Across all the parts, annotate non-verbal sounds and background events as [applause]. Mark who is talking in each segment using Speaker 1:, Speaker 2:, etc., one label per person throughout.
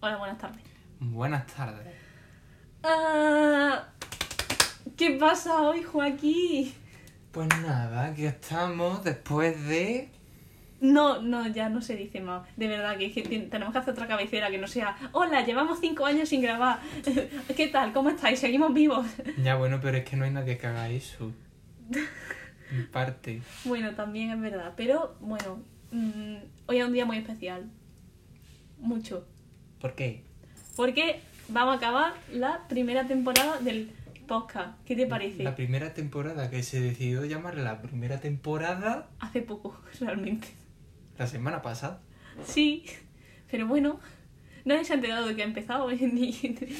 Speaker 1: Hola, buenas tardes.
Speaker 2: Buenas tardes.
Speaker 1: Ah, ¿Qué pasa hoy, Joaquín?
Speaker 2: Pues nada, aquí estamos después de.
Speaker 1: No, no, ya no se dice más. De verdad que, es que ten- tenemos que hacer otra cabecera que no sea Hola, llevamos cinco años sin grabar. [laughs] ¿Qué tal? ¿Cómo estáis? ¿Seguimos vivos? [laughs]
Speaker 2: Ya bueno, pero es que no hay nadie que haga eso. En parte.
Speaker 1: Bueno, también es verdad. Pero bueno, mm, hoy es un día muy especial. Mucho.
Speaker 2: ¿Por qué?
Speaker 1: Porque vamos a acabar la primera temporada del podcast. ¿Qué te parece?
Speaker 2: La primera temporada que se decidió llamar la primera temporada
Speaker 1: Hace poco, [laughs] realmente.
Speaker 2: la semana pasada.
Speaker 1: Sí, pero bueno, nadie se ha enterado de que ha empezado, [laughs] ni,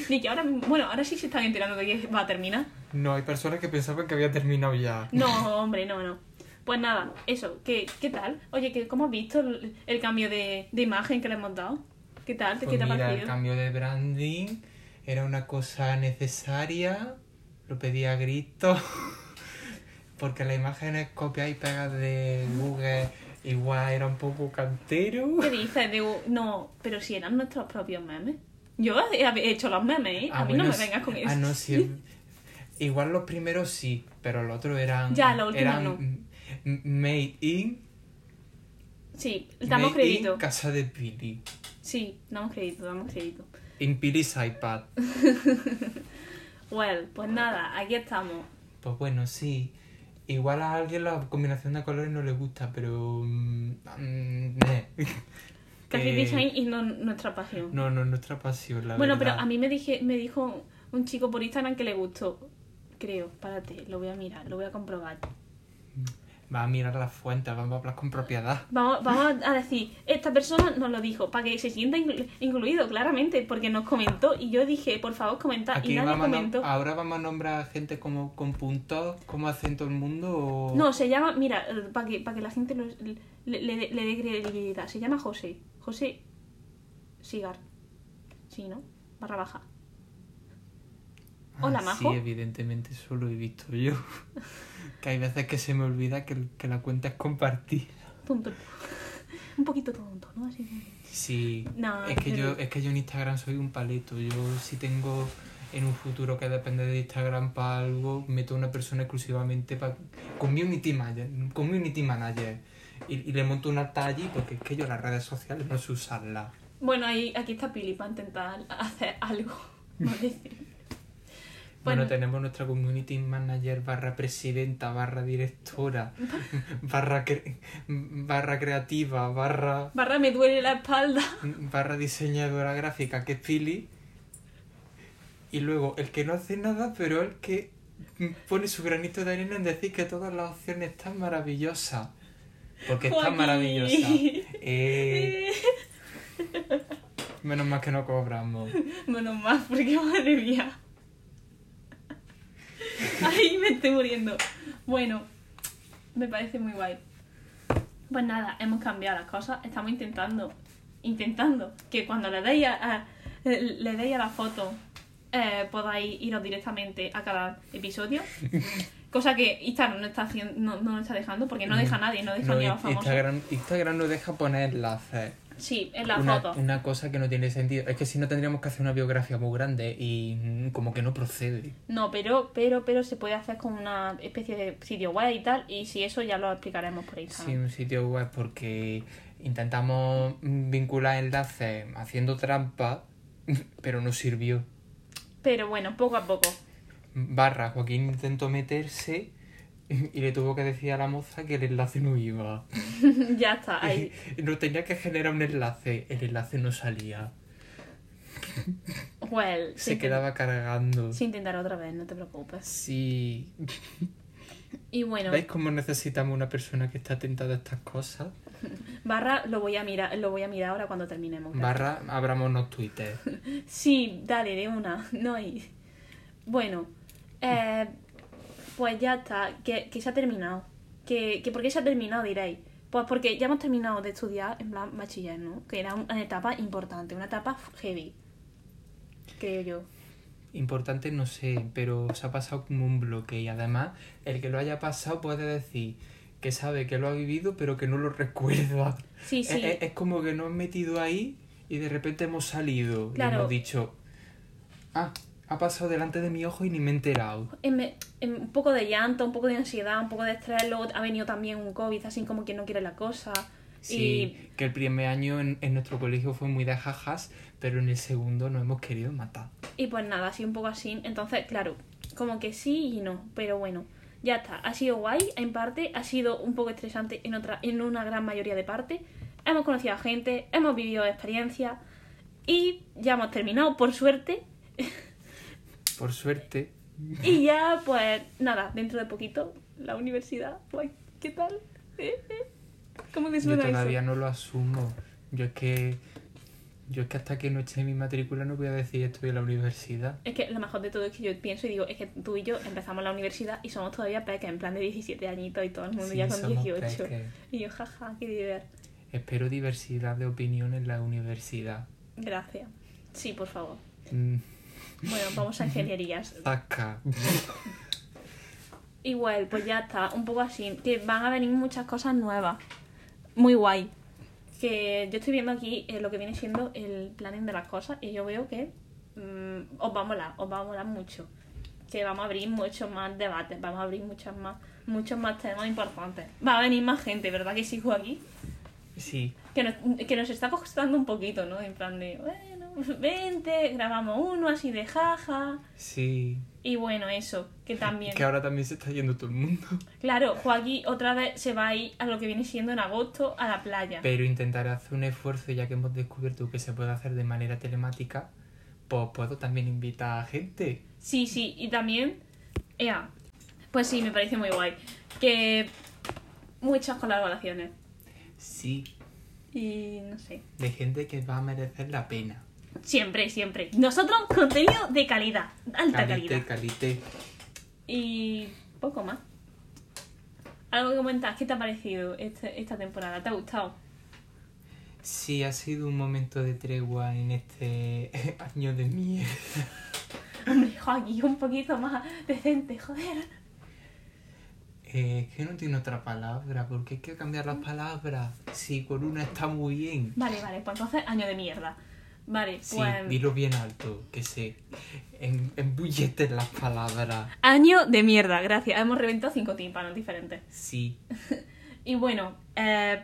Speaker 1: ni que ahora mismo- Bueno, ahora sí se están enterando de que va a terminar.
Speaker 2: No, hay personas que pensaban que había terminado ya.
Speaker 1: No, hombre, no, no. Pues nada, eso, ¿qué, qué tal? Oye, ¿qué, ¿cómo has visto el, el cambio de, de imagen que le hemos dado? ¿Qué tal? ¿Qué
Speaker 2: Pues
Speaker 1: te ha
Speaker 2: mira, el
Speaker 1: parecido?
Speaker 2: cambio de branding era una cosa necesaria. Lo pedía a gritos. [laughs] Porque las imágenes copiadas y pegadas de Google igual era un poco cantero.
Speaker 1: ¿Qué dices? Digo, no, pero si eran nuestros propios memes. Yo he he hecho los memes, ¿eh?
Speaker 2: Ah,
Speaker 1: a mí
Speaker 2: bueno,
Speaker 1: no me vengas con
Speaker 2: sí.
Speaker 1: eso.
Speaker 2: Ah,
Speaker 1: [laughs]
Speaker 2: no, sí. Igual los primeros sí, pero los otros eran.
Speaker 1: Ya, los últimos
Speaker 2: eran
Speaker 1: no.
Speaker 2: m- m- Made in.
Speaker 1: Sí, damos
Speaker 2: made in
Speaker 1: crédito.
Speaker 2: casa de Pili.
Speaker 1: Sí, damos crédito, damos crédito.
Speaker 2: En Pili's iPad.
Speaker 1: Well, pues nada, aquí estamos.
Speaker 2: Pues bueno, sí. Igual a alguien la combinación de colores no le gusta, pero. mm,
Speaker 1: [laughs]
Speaker 2: mm, eh.
Speaker 1: Café
Speaker 2: Que-
Speaker 1: Design y no nuestra pasión.
Speaker 2: No, no es nuestra pasión, la
Speaker 1: Bueno, pero
Speaker 2: verdad.
Speaker 1: a mí me, dije, me dijo un chico por Instagram que le gustó. Creo, espérate, lo voy a mirar, lo voy a comprobar.
Speaker 2: Va a mirar las fuentes, vamos a hablar con propiedad.
Speaker 1: Vamos, vamos a decir, esta persona nos lo dijo, para que se sienta inclu- incluido, claramente, porque nos comentó y yo dije, por favor, comenta, y
Speaker 2: Aquí
Speaker 1: nadie
Speaker 2: vamos a nom-
Speaker 1: comentó.
Speaker 2: ahora vamos a nombrar gente como con puntos, como acento el mundo o.
Speaker 1: No, se llama, mira, para que, para que la gente lo- le, le dé- le dé credibilidad, se llama José, José Sigar, sí, ¿no? Barra baja.
Speaker 2: Ah,
Speaker 1: Hola, Majo.
Speaker 2: Sí, evidentemente, eso lo he visto
Speaker 1: [laughs]
Speaker 2: yo. que hay veces que se me olvida que, que la cuenta es compartida.
Speaker 1: Tonto. [laughs] Un poquito tonto, ¿no? Así que-
Speaker 2: Sí.
Speaker 1: No,
Speaker 2: es que yo
Speaker 1: pero-
Speaker 2: es que yo en Instagram soy un paleto. Yo si tengo en un futuro que depende de Instagram para algo, meto a una persona exclusivamente para community manager, community manager. Y, y le monto una talla allí porque es que yo las redes sociales no sé usarlas.
Speaker 1: Bueno, ahí, aquí está Pili para intentar hacer algo. [laughs] no decir.
Speaker 2: Bueno,
Speaker 1: Bueno.
Speaker 2: tenemos nuestra community manager barra presidenta, barra directora, barra, cre- barra creativa, barra,
Speaker 1: Barra me duele la espalda.
Speaker 2: barra diseñadora gráfica, que es Pili. Y luego el que no hace nada, pero el que pone su granito de arena en decir que todas las opciones están maravillosas. Porque están
Speaker 1: Joaquín. [laughs]
Speaker 2: maravillosas. Eh, menos mal que no cobramos.
Speaker 1: Menos más, porque [laughs] madre mía. Ay, me estoy muriendo. Bueno, me parece muy guay. Pues nada, hemos cambiado las cosas. Estamos intentando, intentando que cuando le deis a, a- le deis a la foto eh, podáis iros directamente a cada episodio. Cosa que Instagram no está haciendo, no, no lo está dejando porque no deja a nadie, no deja
Speaker 2: No,
Speaker 1: ni a los famosos.
Speaker 2: Instagram, Instagram no deja poner enlaces.
Speaker 1: Sí, en la
Speaker 2: una,
Speaker 1: foto.
Speaker 2: una cosa que no tiene sentido. Es que si no tendríamos que hacer una biografía muy grande y mm, como que no procede.
Speaker 1: No, pero, pero, pero se puede hacer con una especie de sitio web y tal, y si eso ya lo explicaremos por
Speaker 2: Sí,
Speaker 1: Instagram.
Speaker 2: un sitio web porque intentamos mm, vincular enlaces haciendo trampa, [laughs] pero no sirvió.
Speaker 1: Pero bueno, poco a poco. [laughs]
Speaker 2: Barra, Joaquín intentó meterse y le tuvo que decir a la moza que el enlace no iba.
Speaker 1: ya está,
Speaker 2: [laughs]
Speaker 1: ahí.
Speaker 2: No tenía que generar un enlace, el enlace no salía.
Speaker 1: Well,
Speaker 2: Se quedaba cargando.
Speaker 1: Se intentará otra vez, no te preocupes.
Speaker 2: Sí.
Speaker 1: Y bueno,
Speaker 2: ¿Veis cómo necesitamos una persona que está atenta a estas cosas?
Speaker 1: barra lo voy a mirar, lo voy a mirar ahora cuando terminemos. gracias.
Speaker 2: Barra, abrámonos Twitter.
Speaker 1: Sí, dale, de una, [laughs] no hay. Bueno, eh, pues ya está, que, que se ha terminado. Que, que ¿Por qué se ha terminado, diréis? Pues porque ya hemos terminado de estudiar en plan bachiller, ¿no? Que era un- una etapa importante, una etapa heavy, creo yo.
Speaker 2: Importante no sé, pero se ha pasado como un bloque y además el que lo haya pasado puede decir que sabe que lo ha vivido pero que no lo recuerda. [laughs]
Speaker 1: Sí, sí.
Speaker 2: Eh, Es, es- es como que nos han metido ahí y de repente hemos salido y
Speaker 1: Claro.
Speaker 2: hemos dicho, ah, ha pasado delante de mi ojo y ni me he enterado.
Speaker 1: en- en un poco de llanto, un poco de ansiedad, un poco de estrés, luego ha venido también un COVID, así como que no quiere la cosa.
Speaker 2: Sí, que el primer año en, en nuestro colegio fue muy de jajas, pero en el segundo nos hemos querido matar.
Speaker 1: Y, y pues nada, así un poco así. Entonces, claro, como que sí y no, pero bueno, ya está. Ha sido guay en parte, ha sido un poco estresante en, otra, en una gran mayoría de partes. Hemos conocido a gente, hemos vivido experiencias y ya hemos terminado, por suerte.
Speaker 2: Por suerte,
Speaker 1: Y ya, pues nada, dentro de poquito, la universidad. Guay, ¿qué tal? ¿Eh? ¿Eh? ¿Cómo te
Speaker 2: yo
Speaker 1: suena
Speaker 2: todavía
Speaker 1: eso?
Speaker 2: no lo asumo. Yo es que yo es que hasta que no eche mi matrícula no voy a decir estoy en la universidad.
Speaker 1: Es que lo mejor de todo es que yo pienso y digo, es que tú y yo empezamos la universidad y somos todavía peques, en plan de 17 añitos y todo el mundo
Speaker 2: Sí,
Speaker 1: ya con
Speaker 2: somos
Speaker 1: 18.
Speaker 2: peques.
Speaker 1: Y yo, jaja, qué diver.
Speaker 2: Espero diversidad de opinión en la universidad.
Speaker 1: Gracias. Sí, por favor.
Speaker 2: Mm,
Speaker 1: Bueno, [laughs] vamos a ingenierías.
Speaker 2: taca.
Speaker 1: Igual, pues ya está, un poco así, que van a venir muchas cosas nuevas. Muy guay. Que yo estoy viendo aquí eh, lo que viene siendo el planning de las cosas y yo veo que mm, os va a molar, os va a molar mucho. Que vamos a abrir muchos más debates, vamos a abrir muchas más, muchos más temas importantes. Va a venir más gente, ¿verdad que sí, aquí
Speaker 2: Sí,
Speaker 1: Que nos, que nos está costando un poquito, ¿no? En plan de, bueno, [laughs] vente, grabamos uno así de jaja.
Speaker 2: sí.
Speaker 1: Y bueno, eso, que también...
Speaker 2: Que ahora también se está yendo todo el mundo.
Speaker 1: Claro, Joaquín otra vez se va a ir a lo que viene siendo en agosto a la playa.
Speaker 2: Pero intentaré hacer un esfuerzo, ya que hemos descubierto que se puede hacer de manera telemática, pues puedo también invitar a gente.
Speaker 1: Sí, sí, y también. Ea, pues sí, me parece muy guay. Que. Muchas colaboraciones.
Speaker 2: Sí,
Speaker 1: Y no sé.
Speaker 2: de gente que va a merecer la pena.
Speaker 1: Siempre, siempre. Nosotros contenido de calidad, alta calidad.
Speaker 2: calite.
Speaker 1: Y poco más. Algo que comentas, ¿qué te ha parecido este- esta temporada? ¿Te ha gustado?
Speaker 2: Sí, ha sido un momento de tregua en este [laughs] año de mierda.
Speaker 1: Hombre, Joaquín, un poquito más decente, joder.
Speaker 2: Eh, es que no tiene otra palabra, porque hay que cambiar las palabras. Sí, con una está muy bien.
Speaker 1: Vale, vale, pues entonces año de mierda. Vale,
Speaker 2: Sí,
Speaker 1: pues.
Speaker 2: dilo bien alto, que se en, embulleten las palabras.
Speaker 1: Año de mierda, gracias. Hemos reventado cinco tímpanos diferentes.
Speaker 2: Sí,
Speaker 1: Y bueno, eh,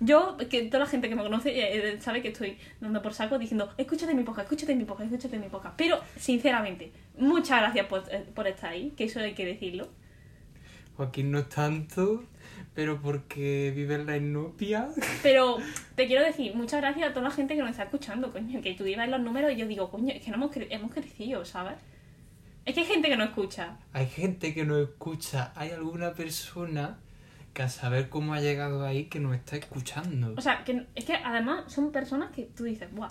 Speaker 1: yo, que toda la gente que me conoce eh, eh, sabe que estoy dando por saco diciendo, escúchate mi podcast, escúchate mi podcast, escúchate mi podcast. Pero, sinceramente, muchas gracias por, eh, por estar ahí, que eso hay que decirlo.
Speaker 2: Joaquín no es tanto, pero porque vive en la etnopia.
Speaker 1: Pero te quiero decir, muchas gracias a toda la gente que nos está escuchando, coño, que tú ibas los números y yo digo, coño, es que no hemos, cre- hemos crecido, ¿sabes? Es que hay gente que no escucha.
Speaker 2: Hay gente que no escucha, hay alguna persona que a saber cómo ha llegado ahí que no está escuchando.
Speaker 1: O sea, que, es que además son personas que tú dices, guau,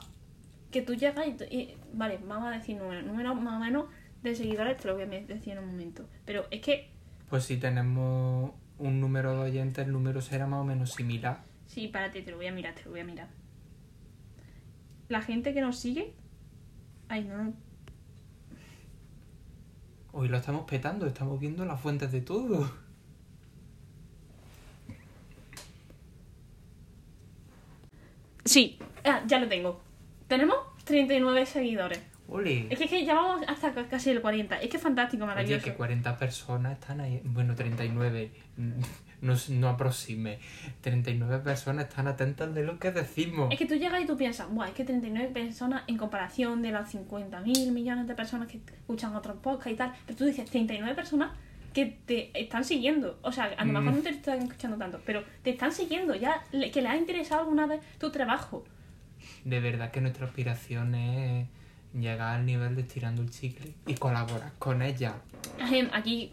Speaker 1: que tú llegas y, tú- y- Vale, vamos a decir números, números más o menos de seguidores, te lo voy a me- decir en un momento. Pero es que,
Speaker 2: Pues si tenemos un número de oyentes, el número será más o menos similar.
Speaker 1: sí, párate, te lo voy a mirar, te lo voy a mirar. La gente que nos sigue... Ay, no.
Speaker 2: Hoy lo estamos petando, estamos viendo las fuentes de todo. [laughs]
Speaker 1: Sí, ah, ya lo tengo. Tenemos 39 seguidores.
Speaker 2: Ole.
Speaker 1: Es que, es que ya vamos hasta ca- casi el 40. Es que es fantástico,
Speaker 2: Oye,
Speaker 1: maravilloso.
Speaker 2: que 40 personas están ahí. Bueno, 39. [laughs] No, no aproxime. 39 personas están atentas de lo que decimos.
Speaker 1: Es que tú llegas y tú piensas, guau, es que 39 personas en comparación de las 50.000 millones de personas que escuchan otros podcasts y tal, pero tú dices 39 personas que te están siguiendo. O sea, a lo mejor
Speaker 2: Mm.
Speaker 1: no te están escuchando tanto, pero te están siguiendo, ya le- que le ha interesado alguna vez tu trabajo.
Speaker 2: De verdad que nuestra aspiración es llegar al nivel de estirando el chicle y colaborar con ella.
Speaker 1: Ajem, Em, Aquí,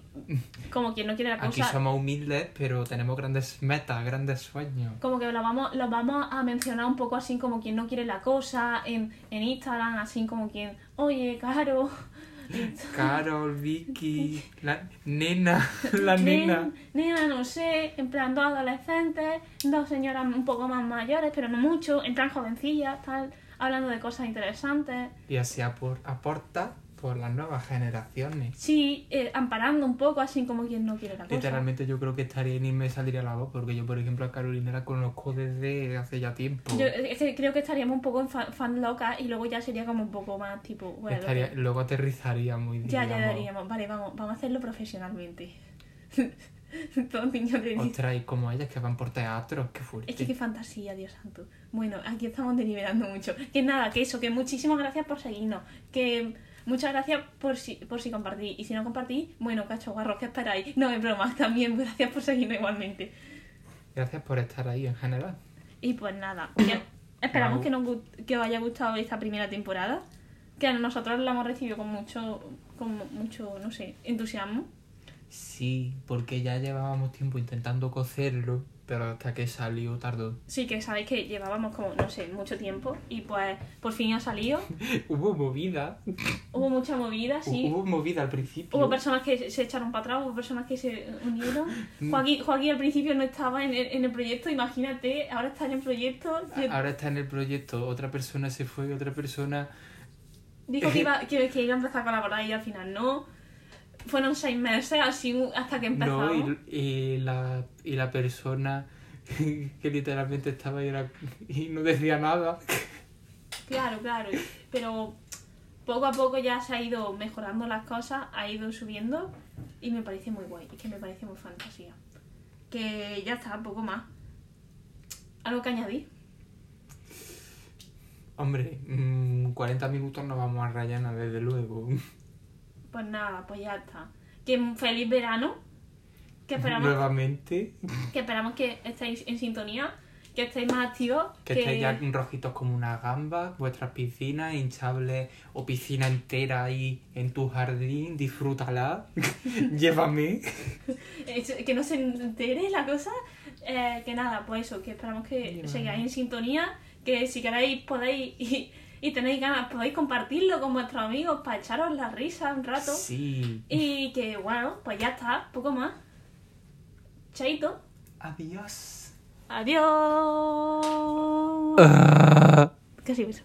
Speaker 1: como quien no quiere la
Speaker 2: Aquí
Speaker 1: cosa,
Speaker 2: somos humildes, pero tenemos grandes metas, grandes sueños.
Speaker 1: como que lo vamos, lo vamos a mencionar un poco así como quien no quiere la cosa, en, en Instagram, así como quien, oye, Caro,
Speaker 2: Carol, Vicky, la nena,
Speaker 1: [laughs]
Speaker 2: la nena.
Speaker 1: Nen- nena, no sé, en plan dos adolescentes, dos señoras un poco más mayores, pero no mucho, en plan jovencillas, tal, hablando de cosas interesantes.
Speaker 2: Y así apor- aporta por las nuevas generaciones.
Speaker 1: Sí, eh, amparando un poco, así como quien no quiere la cosa.
Speaker 2: Literalmente yo creo que estaría en y me saldría la voz, porque yo, por ejemplo, a Carolina la conozco desde hace ya tiempo.
Speaker 1: Yo eh, es que creo que estaríamos un poco en fan, fan loca y luego ya sería como un poco más tipo. Bueno, lo
Speaker 2: Estaría-
Speaker 1: que-
Speaker 2: Luego aterrizaría muy
Speaker 1: ya, ya
Speaker 2: diríamos,
Speaker 1: daríamos. Vale, vamos, vamos a hacerlo profesionalmente. [laughs] Todos niños de diez-
Speaker 2: Ostras, y como ellas que van por teatro, qué fuerte.
Speaker 1: Es que qué fantasía, Dios santo. Bueno, aquí estamos deliberando mucho. Que nada, que eso, que muchísimas gracias por seguirnos. Que muchas gracias por si, por si compartís. Y si no compartís, bueno, cacho guarros, ¿qué esperáis? No, es broma, [laughs] también gracias por seguirnos igualmente.
Speaker 2: Gracias por estar ahí en general.
Speaker 1: Y pues nada, que- esperamos
Speaker 2: Bravo.
Speaker 1: que, nos, gu- que os haya gustado esta primera temporada. Que a nosotros la hemos recibido con mucho, con mucho, no sé, entusiasmo.
Speaker 2: Sí, porque ya llevábamos tiempo intentando cocerlo, pero hasta que salió tardó. [laughs]
Speaker 1: Sí, que sabéis que llevábamos como, no sé, mucho tiempo. Y pues por fin ha salido.
Speaker 2: Hubo movida.
Speaker 1: Hubo mucha movida, ¿Ah, sí.
Speaker 2: Hubo movida al principio.
Speaker 1: Hubo personas que se echaron para atrás, hubo personas que se unieron.
Speaker 2: [laughs] Mm.
Speaker 1: Joaquín, Joaquín al principio no estaba en el, en el proyecto, imagínate, ahora está en el proyecto. Yo-
Speaker 2: Ahora está en el proyecto, otra persona se fue y otra persona...
Speaker 1: dijo que
Speaker 2: [laughs]
Speaker 1: iba, que, que iba a empezar a colaborar y al final no. Fueron seis meses así un- hasta que empezamos.
Speaker 2: No, y, y la, y la persona [laughs] que literalmente estaba y, era- y no decía nada.
Speaker 1: Claro, claro. Pero poco a poco ya se ha ido mejorando las cosas, ha ido subiendo y me parece muy guay. Es que me parece muy fantasía. Que ya está, poco más. ¿Algo que añadir?
Speaker 2: Hombre, mm, 40 minutos no vamos a rellenar, desde luego.
Speaker 1: Pues nada, pues ya está. Que un feliz verano. Que esperamos,
Speaker 2: Nuevamente,
Speaker 1: que esperamos que estéis en sintonía, que estéis más activos,
Speaker 2: que estéis ya rojitos como una gamba, vuestras piscinas hinchables o piscina entera ahí en tu
Speaker 1: [laughs]
Speaker 2: jardín, disfrútala, [laughs] llévame.
Speaker 1: eh, que no se entere la cosa. Eh, que nada, pues eso, que esperamos que
Speaker 2: Lleva-
Speaker 1: sigáis en sintonía, que si queréis podéis y, y tenéis ganas, podéis compartirlo con vuestros amigos para echaros la risa un rato.
Speaker 2: Sí.
Speaker 1: Y que bueno, pues ya está, poco más. Chaito.
Speaker 2: Adiós. Ah.
Speaker 1: Adiós. Casi beso.